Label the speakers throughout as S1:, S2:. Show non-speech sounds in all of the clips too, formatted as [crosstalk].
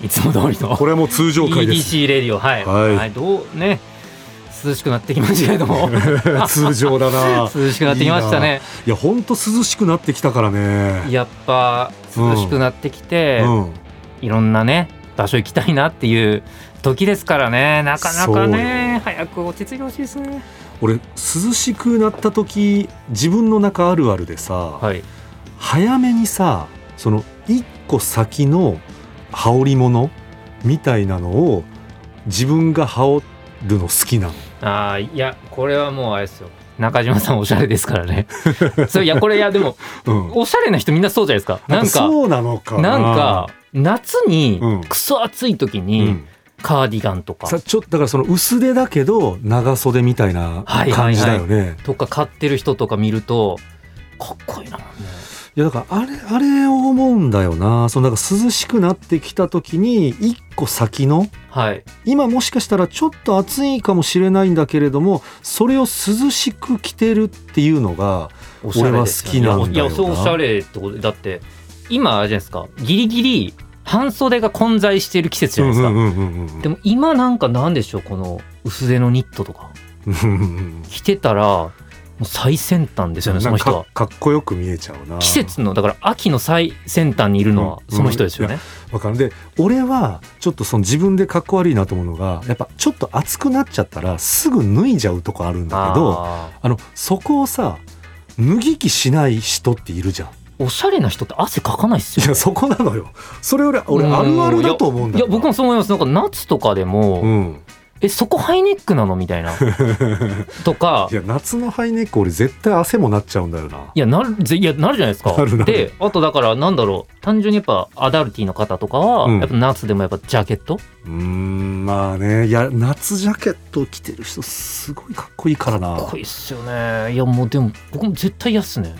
S1: ういつも通りの
S2: これも通常回です
S1: EDC レディオはい、
S2: はい
S1: どうね涼しくなってきましたけども
S2: [laughs] 通常だな
S1: 涼しくなってきましたね
S2: いやほんと涼しくなってきたからね
S1: やっぱ涼しくなってきて、
S2: うん
S1: いろんなね場所行きたいなっていう時ですからねなかなかね早く落ち着いてほしいですね
S2: 俺涼しくなった時自分の中あるあるでさ、
S1: はい
S2: 早めにさその一個先の羽織物みたいなのを自分が羽織るの好きなの
S1: あーいやこれはもうあれですよ中島さんおしゃれですか
S2: [laughs]
S1: らねそういやこれいやでも
S2: うん
S1: おしゃれな人みんなそうじゃないですか
S2: やっ
S1: な
S2: ぱ
S1: んか
S2: そうなのか
S1: なんか夏に
S2: うん
S1: クソ暑い時
S2: う
S1: に
S2: ん
S1: カーディガンとか、
S2: さちょっとだからその薄手だけど長袖みたいな
S1: はいはいはい
S2: 感じだよね、い
S1: とか買ってる人とか見るとかっこいいな、ね、
S2: やだからあれあれを思うんだよなそのなんか涼しくなってきた時に一個先の
S1: はい
S2: 今もしかしたらちょっと暑いかもしれないんだけれどもそれを涼しく着てるっていうのが
S1: おしゃれですよね
S2: 俺は好きなんだよない
S1: やそうおしゃれってことでだって今あれじゃないですかギリギリ半袖が混在してる季節じゃないですか、
S2: うんうんうんうんうん
S1: でも今なんかなんでしょうこの薄手のニットとか
S2: うんうんうん
S1: 着てたらもう最先端ですよねそ
S2: な
S1: の
S2: ん
S1: 人
S2: か
S1: は。
S2: かっこよく見えちゃうな
S1: 季節のだから秋の最先端にいるのは
S2: うん
S1: その人ですよね。
S2: わかるで俺はちょっとその自分でかっこ悪いなと思うのがやっぱちょっと熱くなっちゃったらすぐ脱いじゃうとこあるんだけどあ
S1: あ
S2: のそこをさ脱ぎ着しない人っているじゃん
S1: ーおしゃれな人って汗かかないっすよ
S2: い
S1: ね
S2: やそこなのよそれ俺俺
S1: うん
S2: あるあるだと思うんだ
S1: いや僕もそう思いますなんか夏とかでも、
S2: うん
S1: えそこハイネックなのみたい
S2: [laughs]
S1: なとか
S2: いや夏のハイネック俺絶対汗もなっちゃうんだよない
S1: やなるぜいやなるじゃないですか
S2: なるなる
S1: であとだからなんだろう単純にやっぱアダルティーの方とかは、
S2: うん
S1: やっぱ夏でもやっぱジャケット
S2: うーんまあねいや夏ジャケット着てる人すごいかっこいいからな
S1: かっこいいっすよねいやもうでも僕も絶対嫌っすね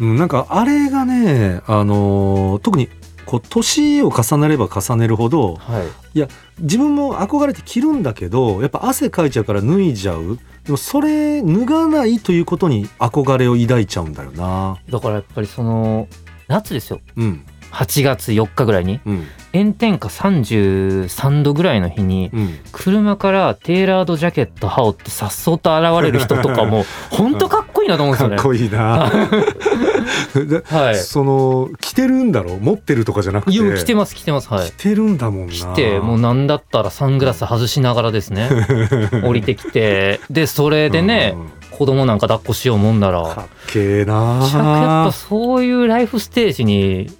S2: うん、なんかあれがね、あのー特にこう年を重ねれば重ねるほど
S1: はい
S2: 自分も憧れて着るんだけどやっぱ汗かいちゃうから脱いじゃうでもそれ脱がないということに憧れを抱いちゃうんだよな
S1: だからやっぱりその夏ですよ
S2: うん
S1: 8月4日ぐらいに
S2: うん
S1: 炎天下33度ぐらいの日に
S2: うん
S1: 車からテーラードジャケット羽織ってさっそうと現れる人と
S2: [laughs]
S1: かもほんとかっこいいなと思うんです
S2: か
S1: よね
S2: っ。こいい
S1: [laughs]
S2: なで
S1: はい、
S2: その着てるんだろう持ってるとかじゃなくて
S1: いや着てます着てますは
S2: 着
S1: い
S2: てるんだもんな
S1: 着てもうなんだったらサングラス外しながらで
S2: [laughs]
S1: すね降りてきてでそれでね、
S2: うん
S1: 子供なんか抱っこしようもんな
S2: からっけえな
S1: ちゃくやっぱそういうライフステージに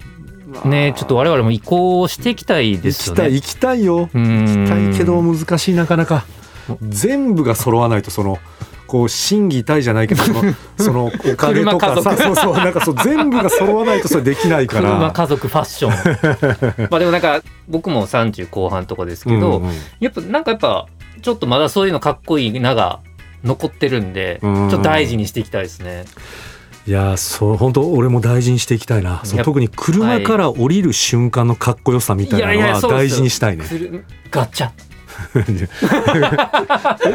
S1: ねちょっと我々も移行していきたいで
S2: 行
S1: す
S2: き
S1: よ
S2: たい
S1: ね。
S2: 行きたいよ
S1: 行
S2: 行きたいけど難しいなかなか全部が揃わないとそのこう審議体じゃないけどそ [laughs] のそのお金とか
S1: 車
S2: さ
S1: 家族
S2: そうそうなんかそう全部が揃わないとそれできないから
S1: 車家族ファッショ
S2: [laughs]
S1: ンまあでもなんか僕も30後半とかですけど、
S2: うんうん
S1: やっぱなんかやっぱちょっとまだそういうのかっこいいなが残ってるんで、
S2: うんうん
S1: ちょっと大事にしていきたいですね。
S2: いやーそう本当俺も大事にしていきたいなそう
S1: やっぱ
S2: 特に車から降りる瞬間のかっこよさみたい
S1: い
S2: な
S1: やい
S2: の
S1: や
S2: は
S1: そうですよ
S2: 大事にしたいね [laughs]
S1: つるガチャ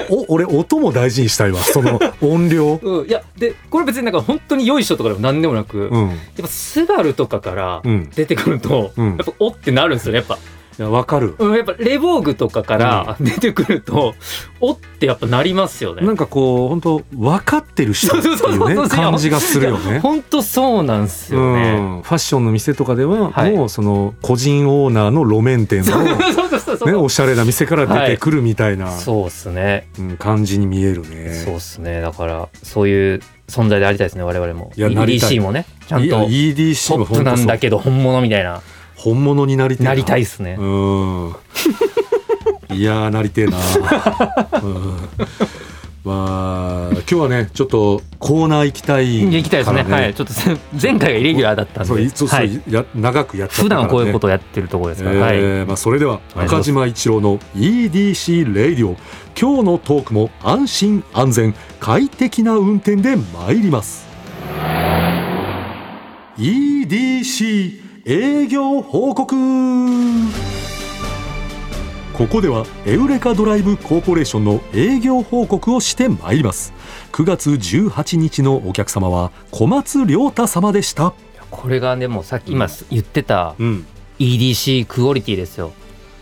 S2: おお俺音も大事にしたいわその音量
S1: うん、いやでこれ別になんか本当によいしょとかでも何でもなく、
S2: う
S1: やっ
S2: ん
S1: ぱスバルとかから
S2: うん
S1: 出てくると、
S2: うん
S1: やっぱおってなるんですよねやっぱ、
S2: いやわかる
S1: うん、やっぱレボーグとかから出てくると、おってやっぱなりますよね
S2: なんかこう本当分かってる人っていうね感じがするよね
S1: 本当そうなんですよ
S2: う
S1: ね、
S2: ん、ファッションの店とかでは、
S1: はい
S2: もうその個人オーナーの路面店の、ね、
S1: そうそうそうそう、
S2: おしゃれな店から出てくるみたいな、
S1: そうっすね、
S2: うん感じに見えるね。
S1: そうっすねだからそういう存在でありたいですね我々も
S2: いやなりたい
S1: EDC もねちゃん
S2: い
S1: と
S2: や
S1: ト
S2: EDC は
S1: ップ
S2: 本当
S1: なん
S2: そ
S1: だ
S2: う
S1: けど本物みたいな
S2: 本物になりてえ
S1: なりたいっすね、
S2: うん。いやーなりてえな。うんまあ今今日はねちょっとコーナー行きたい
S1: 行きたいですね
S2: から
S1: はいちょっ
S2: [laughs]
S1: とせ前回がイレギュラーだったんで
S2: そういそうそう、
S1: はい、
S2: や長くやっちゃっ
S1: 普
S2: たから、ね、
S1: 段こういうことをやってるところですから、
S2: え
S1: はい
S2: ーまあ、それでは
S1: 願いします
S2: 中島一郎の EDC レイディオ今日のトークも安心安全快適な運転で参ります EDC 営業報告ここではエウレカドライブコーポレーションの営業報告をして参ります9月18日のお客様は小松良太様でした、
S1: これがねもうさっき今言ってた
S2: うん、
S1: EDC クオリティですよ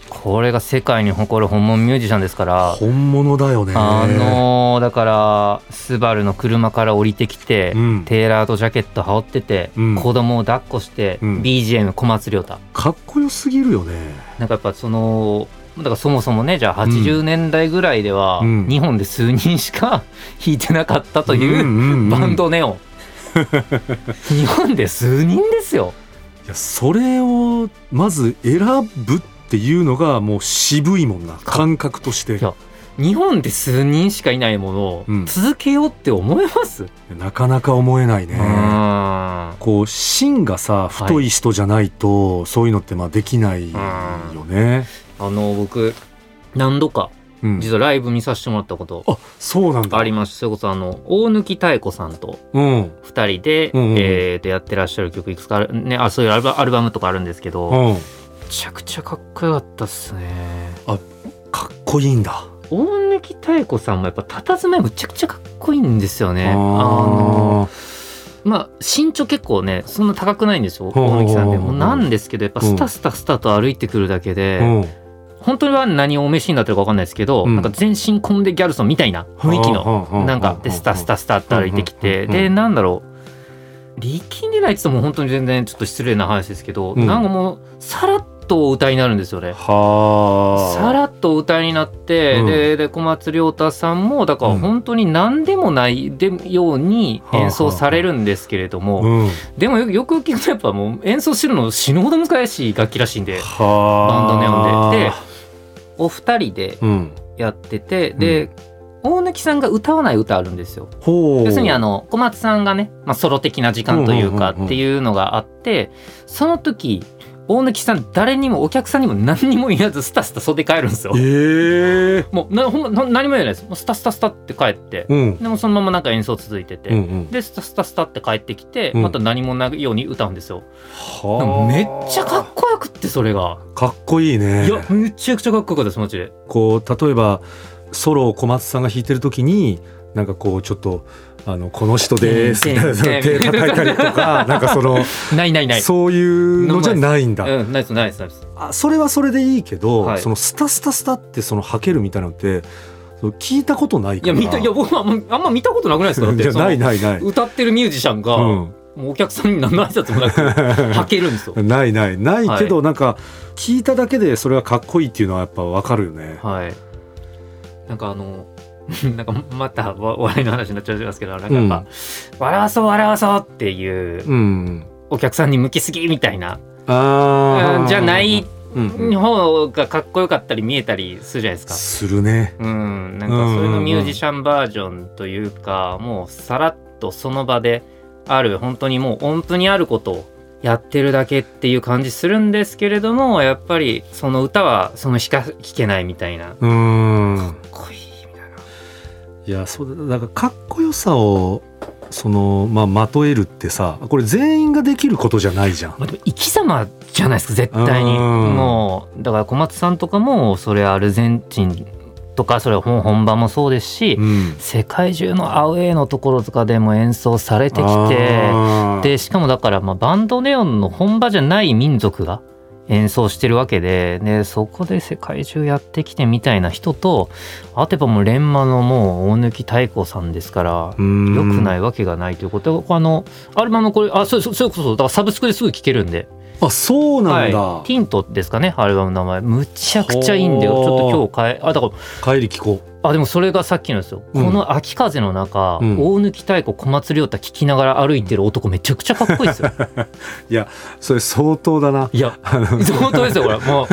S1: これが世界に誇る本物ミュージシャンですから
S2: 本物だよね
S1: あのーだからスバルの車から降りてきて、
S2: うん
S1: テーラードジャケット羽織ってて、
S2: うん
S1: 子供を抱っこして、
S2: うん
S1: BGM 小松亮太
S2: かっこよすぎるよね
S1: なんかやっぱそのだからそもそもねじゃあ80年代ぐらいでは、
S2: うん
S1: 日本で数人しか [laughs] 弾いてなかったという、
S2: んんん
S1: バンド
S2: [laughs]
S1: ネオン日本で数人ですよ
S2: いやそれをまず選ぶっていうのがもう渋いもんな感覚として
S1: いや日本で数人しかいないものを
S2: うん
S1: 続けようって思えます、
S2: なかなか思えないね
S1: うーん
S2: こう芯がさ太い人じゃないと、そういうのってまあできないよね
S1: あの僕何度か
S2: うん
S1: 実はライブ見させてもらったこと
S2: あそうなんだ
S1: ありましたそれこそあの大貫妙子さんと
S2: うん
S1: 2人で、
S2: うんうんうん
S1: えーとやってらっしゃる曲いくつかあるねあそういうアルバアルバムとかあるんですけど、め
S2: うん
S1: ちゃくちゃかっこよかったっすね
S2: かっこいいんだ
S1: 大貫妙子さんもやっぱ佇まいむちゃくちゃかっこいいんですよねあ
S2: あー
S1: のまあ身長結構ねそんな高くないんですよ
S2: ほうほうほうほ
S1: 大
S2: う
S1: 貫さんでもなんですけどやっぱスタスタスタと歩いてくるだけで、
S2: うん
S1: 本当には何をお召しになってるか分かんないですけど、
S2: うん
S1: なんか全身コンデギャルソンみたいな雰囲気の
S2: の
S1: なんかでスタスタスタって歩いてき
S2: う
S1: て
S2: んうんうんうん
S1: でなんだろう力んでないって言っても本当に全然ちょっと失礼な話ですけど、
S2: うん
S1: なんかもうさらっとお歌いになるんですよね。
S2: はあ
S1: さらっとお歌いになって、
S2: うん
S1: でで小松亮太さんもだから
S2: うん
S1: 本当に何でもないでように演奏されるんですけれども、
S2: うんは
S1: でもよよく聞くとやっぱもう演奏するの死ぬほど難しい楽器らしいんで
S2: あ
S1: バンドネオンで。で [laughs] お二人で
S2: うん
S1: やっててで、大貫さんが歌わない歌あるんですよ。
S2: ほう
S1: 要するにあの小松さんがね、まあ、ソロ的な時間というか
S2: うんうんうんうん
S1: っていうのがあってその時大貫さん誰にもお客さんにも何にも言わずスタスタ袖帰るんですよ
S2: ええ。
S1: もうなほんまな何も言わないですもうスタスタスタって帰って
S2: うん。
S1: でもそのままなんか演奏続いてて、
S2: うんうん。
S1: でスタスタスタって帰ってきて
S2: うん
S1: また何もないように歌うんですよ、
S2: は
S1: なんかめっちゃかっこよくってそれが、
S2: かっこいいね。
S1: いやめちゃくちゃかっこよかったですマジで
S2: こう例えばソロを小松さんが弾いてる時になんかこうちょっとあのこの人です
S1: て
S2: み
S1: ん
S2: たいなん
S1: て
S2: その [laughs] 手叩いたりと
S1: [laughs]
S2: かなんかその
S1: ないないない
S2: そういうのじゃないんだ。
S1: うん、ないですないですないです
S2: あそれはそれでいいけど、
S1: はい
S2: そのスタスタスタってそのはけるみたいなのってその聞いたことない
S1: い
S2: か
S1: や
S2: ら。
S1: 見たいや僕はもうあんま見たことなくないですかだっ
S2: [laughs] じ
S1: て
S2: ゃ
S1: その
S2: ないないない。
S1: 歌ってるミュージシャンが、
S2: うん。
S1: もうお客さんに何の挨拶も
S2: [laughs]
S1: なくはけるんですよ。
S2: ないないないけど、なんか聞いただけでそれはかっこいいっていうのはやっぱわかるよね。
S1: はい。なんかあの [laughs] なんかまたわ笑いの話になっちゃいますけどなんかやっぱ、笑わそう笑わそうっていう
S2: うん。
S1: お客さんに向きすぎみたいな、
S2: あ
S1: う
S2: あ
S1: んじゃない
S2: うんうん
S1: 方がかっこよかったり見えたりするじゃないですか。
S2: するね。
S1: うん、なんかそれのミュージシャンバージョンというか、もうさらっとその場である本当にもう音符にあることをやってるだけっていう感じするんですけれどもやっぱりその歌はそのしか聴けないみたいな。か
S2: うーん
S1: っ。こいいみたいな。
S2: いやそうだだからかっこよさをそのまあまとえるってさこれ全員ができることじゃないじゃん。
S1: まあ、でも生き様じゃないですか絶対に
S2: うん
S1: もうだから小松さんとかもそれアルゼンチンとかそれ本本場もそうですし、
S2: うん。
S1: 世界中のアウェーのところとかでも演奏されてきて。
S2: あー
S1: でしかもだから、まあ、バンドネオンの本場じゃない民族が演奏してるわけででそこで世界中やってきてみたいな人とあとやっぱもう連磨のもう大貫妙子さんですから。
S2: うーん
S1: 良くないわけがないということであのアルバムこれあそうそうそうそうだからサブスクですぐ聴けるんで
S2: あそうなんだ、
S1: はい、ティントですかねアルバムの名前むちゃくちゃいいんでち
S2: ほー
S1: ょっと今日変えあだから
S2: 帰り聞こう
S1: あでもそれがさっきのですよ、
S2: うん
S1: この秋風の中、
S2: うん
S1: 大貫太鼓小松亮太聞きながら歩いてる男めちゃくちゃかっこいいですよ
S2: それ相当だない
S1: や [laughs] 本当ですよこれも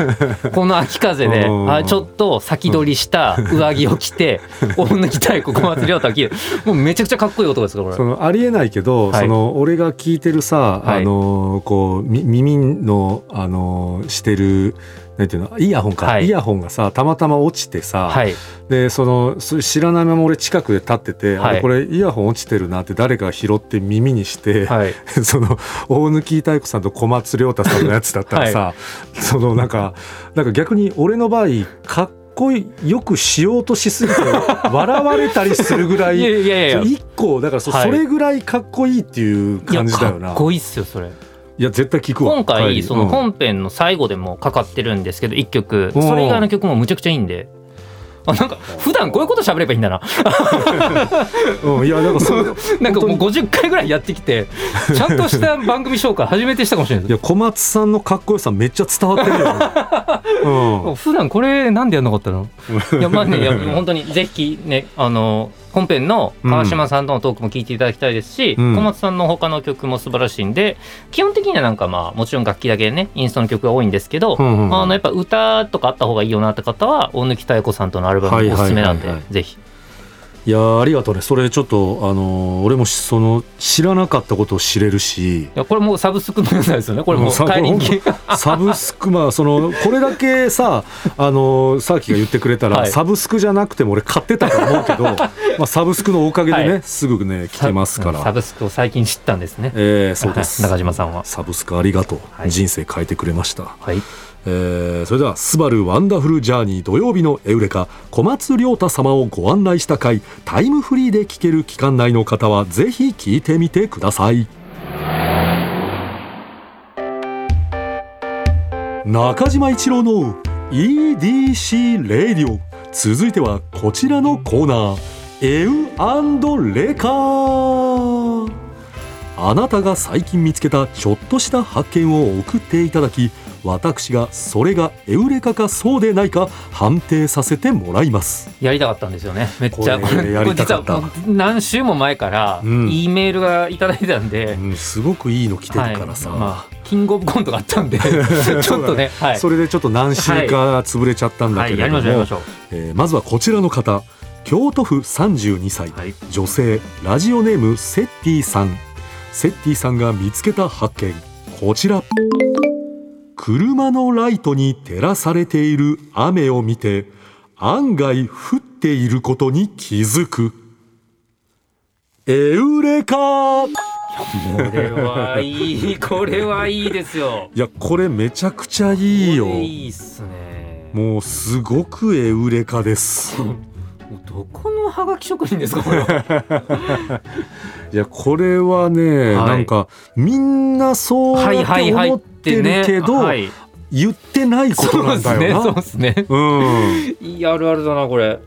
S1: うこの秋風で
S2: うん
S1: あちょっと先取りした上着を着
S2: [laughs]
S1: て大貫太鼓小松亮太着るもうめちゃくちゃかっこいい男ですからこ
S2: そ
S1: れ
S2: のありえないけど、
S1: はい
S2: その俺が聞いてるさ、
S1: はい
S2: あのこうみ耳のあのしてるなんていうのイヤホンか、
S1: はい
S2: イヤホンがさたまたま落ちてさ、
S1: はい
S2: でそのす知らないまま俺近くで立ってて、
S1: はい
S2: あれこれイヤホン落ちてるなって誰かが拾って耳にして、
S1: はい
S2: [laughs] その大貫妙子さんと小松亮太さんのやつだったらさ、そのなんかなんか逆に俺の場合かっこいいよくしようとしすぎて笑われたりするぐら
S1: いや
S2: い。
S1: いやいやい
S2: 一個だからそ,、
S1: はい
S2: れぐらいかっこいいっていう
S1: や
S2: 感じだよな。い
S1: かっ
S2: や
S1: こいいっすよそれ
S2: 絶対聞くわ。
S1: 今回その
S2: うん
S1: 本編の最後でもかかってるんですけど1曲
S2: おー
S1: それ以外の曲もむちゃくちゃいいんであなんか普段こういうこと喋ればいいんだな
S2: うんいやなんかその
S1: なんかもう50回ぐらいやってきてちゃんとした番組紹介初めてしたかもしれない
S2: い
S1: で
S2: や小松さんのかっこよさめっちゃ伝わって
S1: [laughs]
S2: るよ。うん
S1: す普段これなんでやんなかったのいやま
S2: [laughs]
S1: あねいや本当にぜひねあの本編の川島さんとのトークも聞いていただきたいですし、
S2: うん
S1: 小松さんの他の曲も素晴らしいんで基本的にはなんかまあもちろん楽器だけでねインストの曲が多いんですけど、
S2: うんうんうん
S1: あのやっぱ歌とかあった方がいいよなって方は大貫妙子さんとのアルバムおすすめなんで、
S2: はいはいはいは
S1: ぜひ
S2: いやーありがとうねそれちょっとあのー俺もしその知らなかったことを知れるし
S1: いやこれもうサブスクの良さですよねこれもう
S2: さ
S1: 帰りに
S2: これほんとサブスクまあそのこれだけさあのーさっきが言ってくれたら、
S1: はい
S2: サブスクじゃなくても俺買ってたと思うけ
S1: [laughs]
S2: どまあサブスクのおかげでね、
S1: は
S2: すぐね聞けますか
S1: サ [laughs] サ
S2: ら
S1: ブスクを最近知ったんですね
S2: えーそうです
S1: 中島さんは
S2: サブスクありがとう、
S1: はい
S2: 人生変えてくれました
S1: はい
S2: えーそれでは「スバルワンダフルジャーニー土曜日のエウレカ」小松亮太様をご案内した回タイムフリーで聴ける期間内の方はぜひ聴いてみてください中島一郎の EDC レディオ続いてはこちらのコーナー「エウレカ」あなたが最近見つけたちょっとした発見を送っていただき私がそれがエウレカかそうでないか判定させてもらいます
S1: やりたかったんですよねめっちゃ
S2: これやりたかった
S1: これ実はもう何週も前から
S2: うん
S1: E メールがいただいてたんで、
S2: すごくいいの来てるからさ、
S1: はいまあ、キングオブコントがあったん
S2: [laughs]
S1: でちょっとねはい、
S2: それでちょっと何週か潰れちゃったんだ
S1: は
S2: け
S1: い、
S2: れ
S1: やり
S2: ども、
S1: ましょうやりましょ
S2: えーまずはこちらの方京都府32歳、
S1: う、はい、
S2: 女性ラジオネームセッティさんセッティさんが見つけた発見こちら車のライトに照らされている雨を見て案外降っていることに気づくエウレカい
S1: これはいい [laughs] これはいいですよ
S2: やこれめちゃくちゃいいよ
S1: これいいっすね
S2: もうすごくエウレカです
S1: もうどこのハガキ職人ですか
S2: [laughs]
S1: これは
S2: いやこれはね、
S1: は
S2: な
S1: い
S2: んかみんなそうだ
S1: はいは
S2: と
S1: いはい
S2: 思っ
S1: ってて
S2: る
S1: ね
S2: けど、
S1: はい、
S2: 言ってないこと
S1: そう
S2: な
S1: で
S2: ん
S1: す
S2: だ
S1: ね
S2: よな
S1: そうですね
S2: うん、
S1: いいあるあるだなこれ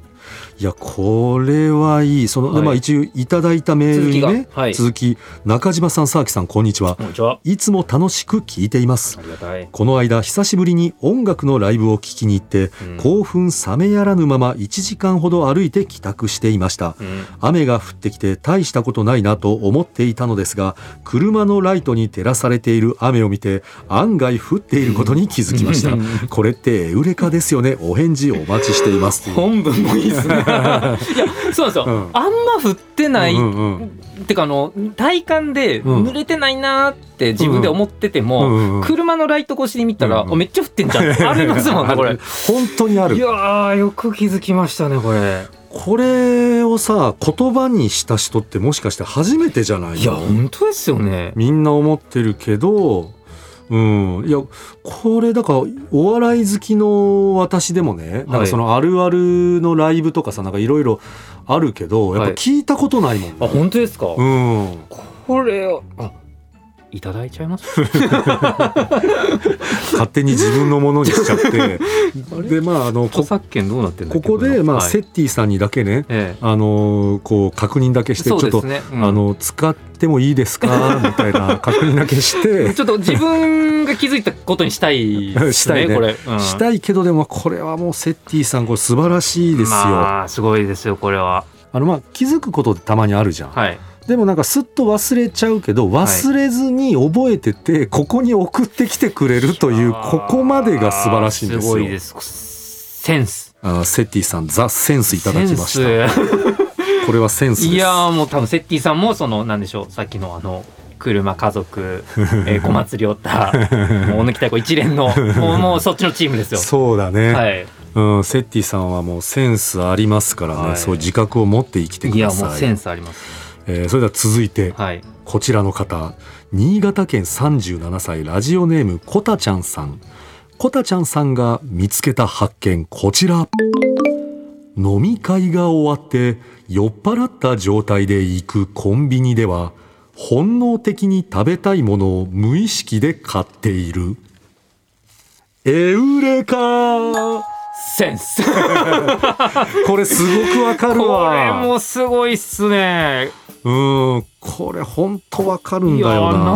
S2: いやこれはいいその、
S1: はい
S2: まあ一応いただいたメールに
S1: 続
S2: ね
S1: きがはい
S2: 続き中島さん沢木さんこんにちは
S1: こんにちはい
S2: つも楽しく聞いています
S1: ありがたい、
S2: この間久しぶりに音楽のライブを聞きに行って
S1: うん
S2: 興奮冷めやらぬまま1時間ほど歩いて帰宅していました
S1: うん
S2: 雨が降ってきて大したことないなと思っていたのですが車のライトに照らされている雨を見て案外降っていることに気づきました
S1: [laughs]
S2: これってエウレカですよねお返事お待ちしています
S1: 本文もい [laughs] いですねいやそうなんですよ、
S2: うん
S1: あんま降ってない、
S2: うんうんうん
S1: てかあの体感で
S2: うん
S1: 濡れてないなーって自分で思ってても、
S2: うんうん
S1: 車のライト越しに見たら、
S2: うんうん
S1: あめっちゃ降ってん
S2: [laughs]
S1: じゃんってありますもんねこれ
S2: 本当にあ
S1: い
S2: る
S1: やーよく気づきましたねこれ
S2: これをさ言葉にした人ってもしかして初めてじゃない
S1: いや本当ですよね
S2: みんな思ってるけどうん、いやこれだからお笑い好きの私でもねなんかそのあるあるのライブとかさなんかいろいろあるけどやっぱ聞いたことないもんね、
S1: あ本当ですか、
S2: うん
S1: これあいただいちゃいます
S2: [laughs] 勝手に自分のものにしちゃって
S1: [laughs] あれ
S2: でまああの
S1: 著
S2: こ
S1: 作権どうなってんだっ
S2: こ
S1: け
S2: こで、まあ
S1: はい
S2: セッティさんにだけね
S1: ええ
S2: あのーこう確認だけしてちょ
S1: そ
S2: っ
S1: うで
S2: と、
S1: すね、うん
S2: あの使ってもいいです
S1: [laughs]
S2: かみたいな確認だけして
S1: ちょっと自分が気づいたことにしたいです
S2: [laughs]
S1: ね
S2: したいね
S1: これ、うん
S2: したいけどでもこれはもうセッティさんこれ素晴らしいですよ。
S1: まあすごいですよこれは
S2: あのまあ気づくことってたまにあるじゃん、
S1: はい
S2: でもなんかすっと忘れちゃうけど忘れずに覚えててここに送ってきてくれるというここまでが素晴らしいんですよ
S1: ごいですセンス
S2: あーセッティさんザ・センスいただきました
S1: センス
S2: これはセン [laughs] スです
S1: いやーもう多分セッティさんもそのなんでしょうさっきのあの車家
S2: [laughs]
S1: 族、えー小松亮太もう抜きたい子
S2: [laughs]
S1: 一連のもうもうそっちのチームですよ
S2: そうだね、
S1: はい
S2: うん、セッティさんはもうセンスありますからね、
S1: はい
S2: そういう自覚を持って生きてく
S1: いや
S2: だ
S1: もう
S2: さい
S1: センスあります
S2: えーそれでは続いて
S1: はい
S2: こちらの方新潟県37歳ラジオネームこたちゃんさんこたちゃんさんが見つけた発見こちら飲み会が終わって酔っ払った状態で行くコンビニでは本能的に食べたいものを無意識で買っているエウレカ
S1: センス
S2: これすごくわかる
S1: これ
S2: わ
S1: もすごいっすね
S2: うんこれ本当わかるん
S1: いや
S2: だよ
S1: な
S2: な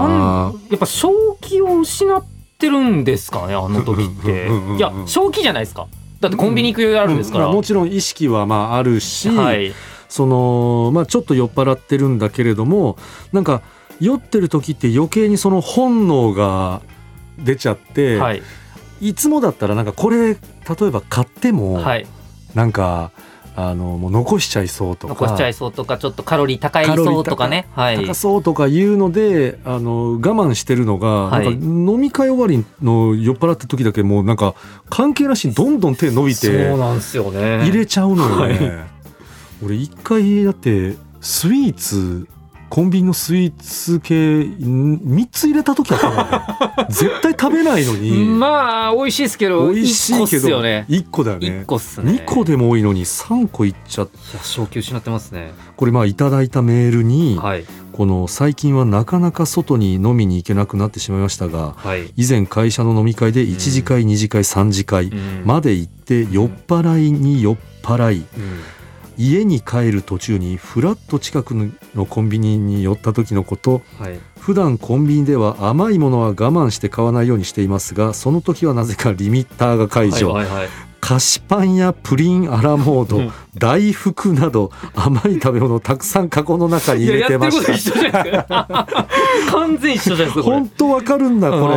S2: ん
S1: やっぱ正気を失ってるんですかねあの時って
S2: うんうんうんうん
S1: いや正気じゃないですかだってコンビニ行くよあるんですから、
S2: うんまあもちろん意識はまああるし、
S1: はい
S2: そのまあ、ちょっと酔っ払ってるんだけれどもなんか酔ってる時って余計にその本能が出ちゃって、、
S1: はいい
S2: つもだったらなんかこれ例えば買っても、
S1: はい
S2: なんかあのもう残しちゃいそうとか
S1: 残しちゃいそうとかちょっとカロリー高いそうとかねはい
S2: 高そうとか言うのであの我慢してるのが、
S1: はい
S2: なんか飲み会終わりの酔っ払った時だけもうなんか関係なしにどんどん手伸びて
S1: そうなんですよね
S2: 入れちゃうのよね、
S1: は
S2: 俺一回だってスイーツコンビニのスイーツ系3つ入れた時あった
S1: [laughs]
S2: のよ絶対食べないのに、
S1: まあ美味しいですけど
S2: 美味しいけ
S1: 一個っす
S2: ど
S1: よね
S2: 1個だよね
S1: 一個っすね
S2: 2個でも多いのに3個いっちゃって
S1: いや正気失ってますね
S2: これまあいただいたメールに、
S1: はい
S2: この最近はなかなか外に飲みに行けなくなってしまいましたが
S1: はい、
S2: 以前会社の飲み会で1次会、2次会3次会
S1: うん
S2: まで行って酔っ払いに酔っ払い
S1: うん
S2: 家に帰る途中にフラッと近くのコンビニに寄った時のこと
S1: はい
S2: 普段コンビニでは甘いものは我慢して買わないようにしていますがその時はなぜかリミッターが解除、
S1: はいはいはい
S2: 菓子パンやプリンアラモード、
S1: うん
S2: 大福など甘い食べ物をたくさんカゴの中に入れてま
S1: いやや
S2: し
S1: ってること一緒じゃないですか
S2: [laughs]
S1: 完全一緒じゃな
S2: た
S1: いですかこれ
S2: 本当わかるんだこ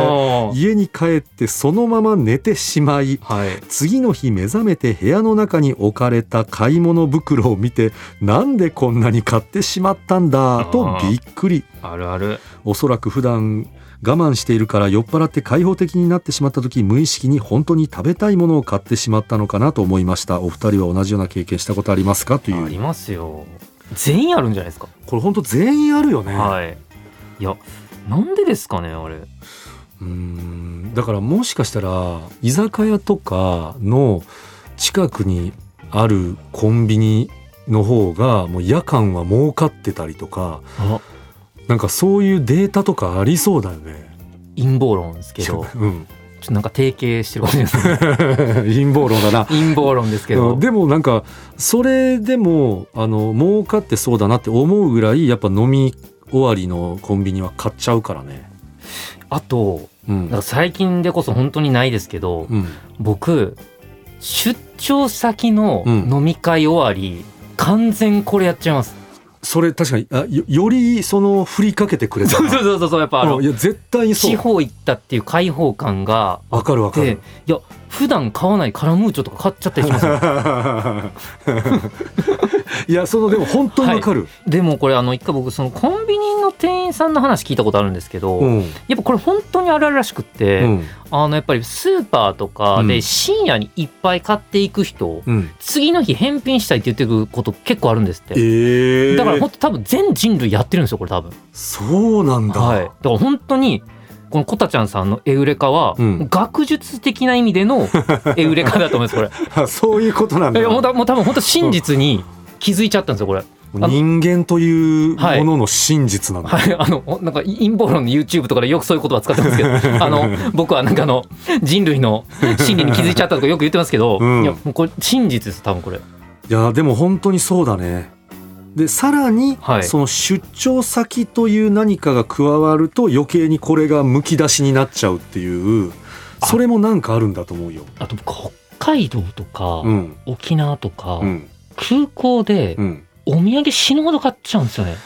S2: れ
S1: れ
S2: 家に帰ってそのまま寝てしまい
S1: はい
S2: 次の日目覚めて部屋の中に置かれた買い物袋を見てなんでこんなに買ってしまったんだとびっくり
S1: あるある
S2: おそらく普段我慢しているから酔っ払って開放的になってしまった時無意識に本当に食べたいものを買ってしまったのかなと思いましたお二人は同じような経験したことありますかとい
S1: あり
S2: う
S1: ますよ全員あるんじゃないですか、
S2: これ本当全員あるよね、
S1: はいいやなんでですかねあれ
S2: うーんだからもしかしたら居酒屋とかの近くにあるコンビニの方がもう夜間は儲かってたりとか
S1: あ
S2: なんかそういうデータとかありそうだよね。
S1: 陰謀論ですけど
S2: [laughs] うん、
S1: ちょっとなんか提携してるわけです [laughs] ね
S2: 陰謀論だな。
S1: [laughs] 陰謀論ですけ
S2: う
S1: ど
S2: んでもなんかそれでもあの儲かってそうだなって思うぐらいやっぱ飲み終わりのコンビニは買っちゃうからね。
S1: あと
S2: うん
S1: なんか最近でこそ本当にないですけど、
S2: うん、
S1: 僕出張先の
S2: うん
S1: 飲み会終わり、完全これやっちゃいます
S2: それ確かにあよよりその振りかけてくれた
S1: [laughs] そう
S2: な
S1: そうそうそうやっ [laughs] ぱあの
S2: うんいや絶対にそ
S1: 地
S2: う
S1: 方行ったっていう開放感が
S2: わかるわか
S1: で
S2: る
S1: いや普段買わないカラムーチョとか買っちゃったりしますよ
S2: [laughs] いやそのでも本当にわかる、
S1: でもこれあの一回僕そのコンビニの店員さんの話聞いたことあるんですけど、
S2: うん
S1: やっぱこれ本当にあるあるらしくって、
S2: うん
S1: あのやっぱりスーパーとか
S2: う
S1: で
S2: ん
S1: 深夜にいっぱい買っていく人、
S2: うん、
S1: 次の日返品したいって言ってくること結構あるんですって
S2: ええ
S1: だから本当多分全人類やってるんですよこれ多分
S2: そうなんだ、
S1: はいだから本当にこのこたちゃんさんのエウレカは、
S2: うん
S1: 学術的な意味での
S2: [laughs]
S1: エウレカだと思いますこれ
S2: そういうことなんだ
S1: いやもうたもう多分本当真実に気づいちゃったんですよこれの
S2: 人間というも
S1: はい
S2: のの真実なの、
S1: はい、あのおなんか陰謀論の YouTube とかでよくそういう言葉使ってますけど
S2: [laughs]
S1: あの僕はなんかあの人類の真理に気づいちゃったとかよく言ってますけど、
S2: うん
S1: いやもうこれ真実です多分これ
S2: いやでも本当にそうだねでさらに、
S1: はい
S2: その出張先という何かが加わると余計にこれがむき出しになっちゃうっていう
S1: あ
S2: それもなんかあるんだと思うよ。
S1: あと僕北海道とか、
S2: うん
S1: 沖縄とか、
S2: うん
S1: 空港で
S2: うん、
S1: お土産死ぬほど買っちゃうんですよね、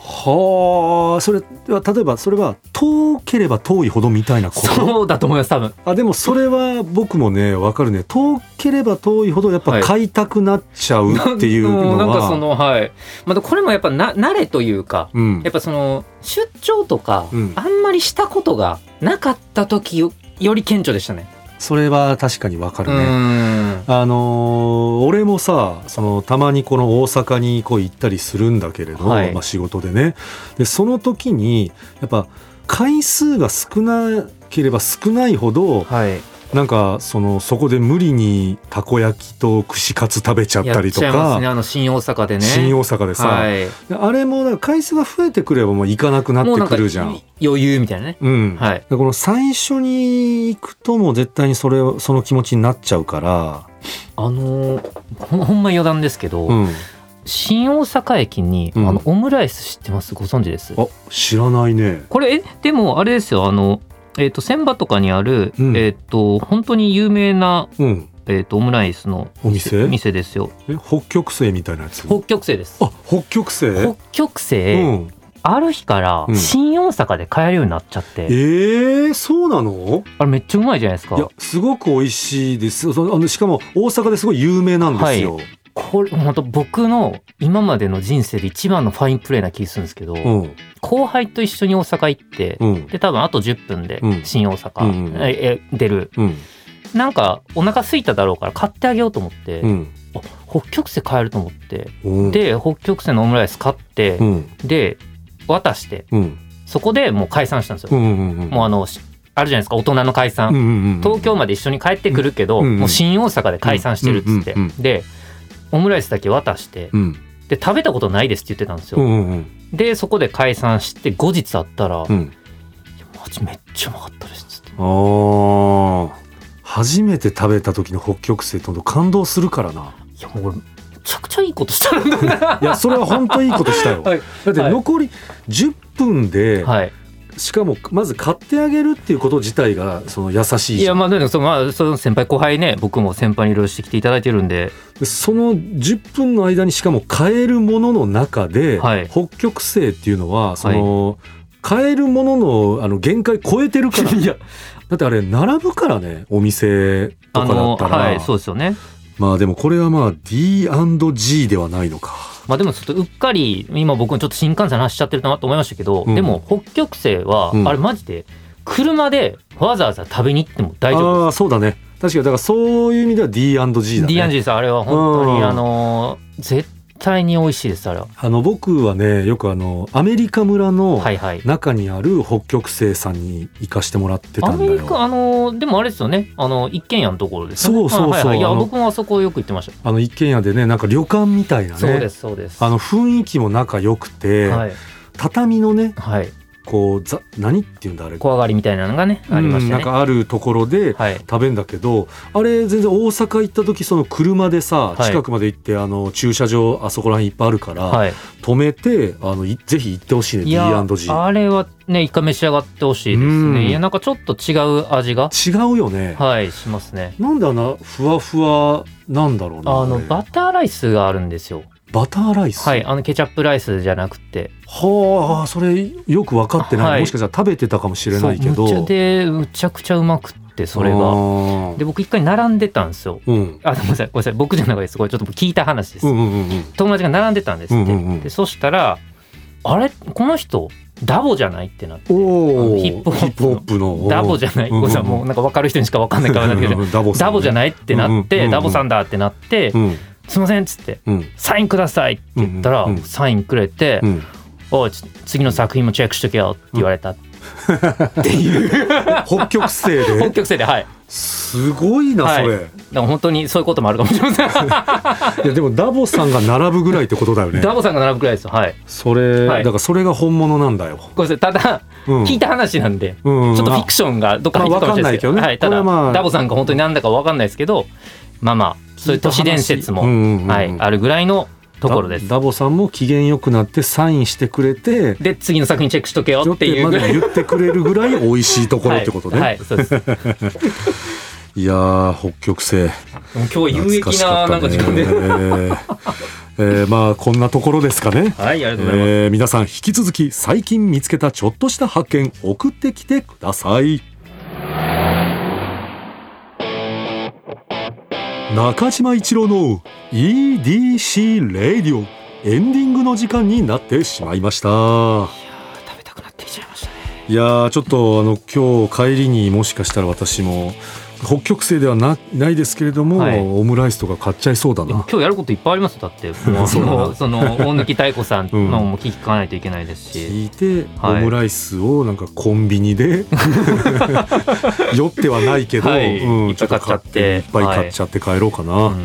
S2: はあそれは例えばそれは遠ければ遠いほどみたいなこと
S1: そうだと思います多分
S2: あでもそれは僕もねわかるね遠ければ遠いほどやっ
S1: は
S2: ぱ
S1: い
S2: 買いたくなっちゃうっていうの
S1: [laughs] なんか
S2: は、
S1: そのはいまたこれもやっぱな慣れというか
S2: うん
S1: やっぱその出張とか、
S2: うん
S1: あんまりしたことがなかった時よより顕著でしたね
S2: それは確かにわかるね。
S1: うん
S2: あのー俺もさそのたまにこの大阪にこう行ったりするんだけれど、
S1: はい
S2: まあ、仕事でねでその時にやっぱ回数が少なければ少ないほど
S1: はい
S2: なんかそのそこで無理にたこ焼きと串カツ食べちゃっ
S1: や
S2: た
S1: っ
S2: りと
S1: ちゃいます
S2: か、
S1: ねあの新大阪でね
S2: 新大阪でさ、
S1: はい、
S2: であれもだから回数が増えてくればもう行かなくなってくるじゃん。
S1: もうなんか余裕みたいなね
S2: うん
S1: はい
S2: でこの最初に行くともう絶対にそれをその気持ちになっちゃうから、
S1: あのーほんほんま余談ですけど、
S2: うん、
S1: 新大阪駅に、
S2: うん
S1: あのオムライス知ってますご存知です
S2: あ知らないね。
S1: これえでもあれですよあのえっ、と千葉とかにある、
S2: うん
S1: えっ、と本当に有名な
S2: うん、
S1: えっ、とオムライスの
S2: お店
S1: 店ですよ
S2: え北極星みたいなやつ
S1: 北極星です
S2: あ北極星
S1: 北極星、
S2: うん、
S1: ある日から
S2: うん
S1: 新大阪で買えるようになっちゃって、
S2: えー、そうなの
S1: あれめっちゃうまいじゃないです
S2: いや
S1: か
S2: すごく美味しいですそのあのしかも大阪ですごい有名なんですよ、
S1: これ本当僕の今までの人生で一番のファインプレーな気がするんですけど、
S2: うん
S1: 後輩と一緒に大阪行って、
S2: うん
S1: で多分あと10分で
S2: うん
S1: 新大阪、
S2: うんうん
S1: ええ出る
S2: うん
S1: なんかお腹空いただろうから買ってあげようと思って、
S2: うん
S1: あ北極星買えると思って
S2: うん
S1: で北極星のオムライス買って、
S2: うん
S1: で渡して
S2: うん
S1: そこでもう解散したんです
S2: う
S1: よ、
S2: んうんうん
S1: もうあのしあるじゃないですか大人の解散、
S2: うんうんうん
S1: 東京まで一緒に帰ってくるけど、
S2: うんうん
S1: もう新大阪で解散してるっつって、
S2: うんうんうん
S1: でオムライスだけ渡して
S2: うん
S1: で食べたことないですって言ってたんです
S2: う
S1: よ、
S2: んうんうん
S1: でそこで解散して後日会ったら「
S2: うん
S1: いやマジめっちゃうまかったです」っつって
S2: あー初めて食べた時の北極星ってほんと感動するからな。
S1: いやもう俺めちゃくちゃいいことしたんだな
S2: いや、それは本当いいことしたよ。
S1: はい
S2: だって残り10分で、
S1: はい、
S2: しかもまず買ってあげるっていうこと自体がその優しい
S1: い
S2: じゃ
S1: や
S2: ん
S1: まあでもそのまあその先輩後輩ね僕も先輩にいろいろしてきていただいてるんで
S2: その10分の間にしかも買えるものの中で、
S1: はい
S2: 北極星っていうのはその、買えるもののあの限界超えてるから
S1: いや
S2: だってあれ並ぶからねお店と
S1: あ
S2: かだ
S1: の
S2: ったら、
S1: はいそうですよね
S2: まあでもこれはまあ D&G ではないのか
S1: まあでもちょっとうっかり今僕もちょっと新幹線の話しちゃってるなと思いましたけど、
S2: うん
S1: でも北極星は、
S2: うん
S1: あれマジで車でわざわざ食べに行っても大丈夫
S2: ああそうだね確かにだからそういう意味では D&G だね
S1: D&G さんあれは本当
S2: う
S1: に
S2: ん
S1: あのー絶対に美味しいですあれは
S2: あの僕はねよくあのアメリカ村の
S1: はいはい
S2: 中にある北極星さんに行かしてもらってた
S1: ア
S2: んだよ
S1: メリカあのーでもあれですよねあの一軒家のところですよね
S2: そうそうそう
S1: はいはいはいい
S2: あ
S1: や
S2: の
S1: 僕もあそこよく行ってました、
S2: あの一軒家でねなんか旅館みたいなね
S1: そうですそうです
S2: あの雰囲気も仲良くて、
S1: はい
S2: 畳のね
S1: はい
S2: こうざ何って言うんだあれ
S1: 小上がりみたいなのがねありまし
S2: うんな
S1: た
S2: ん
S1: ね
S2: かあるところで
S1: はい
S2: 食べんだけどあれ全然大阪行った時その車でさ
S1: はい
S2: 近くまで行って、あの駐車場あそこら辺いっぱいあるから、
S1: はい
S2: 止めてあのいぜひ行ってほしいね
S1: いや
S2: D&G
S1: あれはね一回召し上がってほしいで
S2: う
S1: す
S2: ん
S1: ねいやなんかちょっと違う味が
S2: 違うよね、
S1: はいしますね
S2: なんであんなふわふわなんだろうな
S1: あの
S2: れ
S1: バターライスがあるんですよ
S2: バターライス
S1: はいあのケチャップライスじゃなくて
S2: はあそれよく分かってない、
S1: はい
S2: もしかしたら食べてたかもしれないけ
S1: そう
S2: ど
S1: むちゃでむちゃくちゃうまくってそれ
S2: あ
S1: が
S2: ー
S1: で僕一回並んでたんですよ
S2: うん
S1: あごめんなさいごめんなさい僕じゃなくてすごいちょっと聞いた話です、
S2: うんうんうんうん
S1: 友達が並んでたんですって、
S2: うんうんうん
S1: でそしたらあれこの人ダボじゃないってなって
S2: お
S1: あ
S2: お
S1: のヒップホップの
S2: プの
S1: ダボじゃない、
S2: うんうんうん
S1: ごめんなさいもうなんか分かる人にしか分かんないからなんだけど
S2: うんダボ
S1: ダボじゃ
S2: い
S1: ないってなっ
S2: うんうんうんう
S1: て
S2: ん
S1: ダボさんだってなって
S2: うん
S1: すいませんっつって
S2: うん
S1: サインくださいって言ったら
S2: うんうんうん
S1: サインくれて
S2: うん
S1: 「おいち次の作品もチェックしとけよ」って言われたってっていう
S2: 北極星
S1: 北
S2: で
S1: 極星ではい
S2: すごいな
S1: はい
S2: それ、
S1: だから本当にそういうこともあるかもしれません
S2: い、やでもダボさんが並ぶぐらいってことだよね
S1: [laughs] ダボさんが並ぶくらいですよはい
S2: それ、
S1: はい
S2: だからそれが本物なんだよ、
S1: ごめんなさいただ、
S2: うん
S1: 聞いた話なんで、
S2: うん
S1: ちょっとフィクションがどっか入ってたかもしれないですけど,、
S2: まあわかんないけどね
S1: はい、た
S2: これ
S1: だ、
S2: はまあ
S1: ダボさんが本当に何だか分かんないですけどまあまあそういう都市伝説も、
S2: うんうんうん
S1: はい、あるぐらいのところです
S2: ダダボさんも機嫌よくなってサインしてくれて
S1: で次の作品チェックしとけよ
S2: ちょ
S1: っ
S2: ってと
S1: いう
S2: ま
S1: ぐ
S2: で
S1: [laughs] らい
S2: 言ってくれるぐらい美味しいところってことね、
S1: はい、はいそうです。も
S2: い、やー北極星
S1: う今日
S2: 懐
S1: 有
S2: か
S1: 益
S2: し
S1: な
S2: か
S1: な
S2: っ
S1: ん
S2: た
S1: か時
S2: ね
S1: 間で。は
S2: え [laughs]
S1: い、
S2: ーえーまあこんなところですかね
S1: ありがとうございます。
S2: えー皆さん引き続き最近見つけたちょっとした発見送ってきてください中島一郎の EDC レディオエンディングの時間になってしまいました
S1: 食べたくなってきちゃいましたね。
S2: いやーちょっとあの今日帰りにもしかしたら私も北極星ではなないですけれども、
S1: はい
S2: オムライスとか買っちゃいそうだ
S1: いや
S2: な
S1: 今日やることいっぱいありますよだっても
S2: [laughs]
S1: う
S2: そうだな
S1: もうその大貫妙子さん
S2: うん
S1: のも聞かないといけないですし、
S2: 聞いて、
S1: はい
S2: オムライスをなんかコンビニ
S1: [laughs]
S2: で酔ってはないけど、
S1: はい
S2: うん
S1: いっぱい買っちゃって
S2: ちょと買いっぱい買っちゃって帰 [laughs] ろうかな、
S1: うん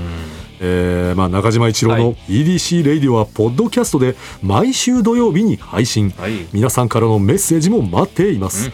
S2: えーまあ、中島一郎
S1: は
S2: の
S1: い
S2: EDC レイディオはポッドキャストで毎週土曜日に配信
S1: はい、
S2: 皆さんからのメッセージも待っています、
S1: うん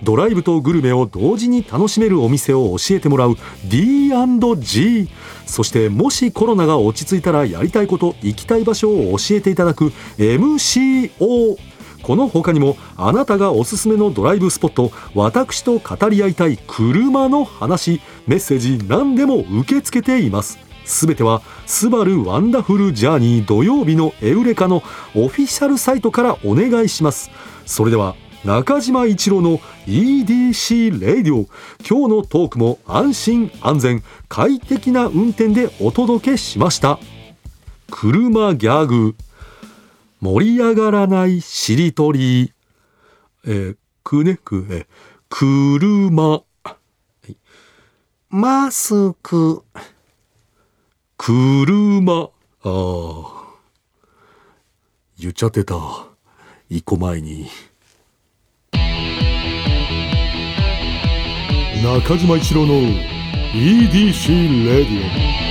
S2: ドライブとグルメを同時に楽しめるお店を教えてもらう D&G そしてもしコロナが落ち着いたらやりたいこと行きたい場所を教えていただく MCO この他にもあなたがおすすめのドライブスポット私と語り合いたい車の話メッセージ何でも受け付けていますすべては「スバルワンダフルジャーニー土曜日のエウレカ」のオフィシャルサイトからお願いしますそれでは中島一郎の EDC レイディオ今日のトークも安心安全快適な運転でお届けしました車ギャグ盛り上がらないしりとりえー、くねくえー車はいマスク車ああ言っちゃってた一個前に中島一郎の EDC レディオ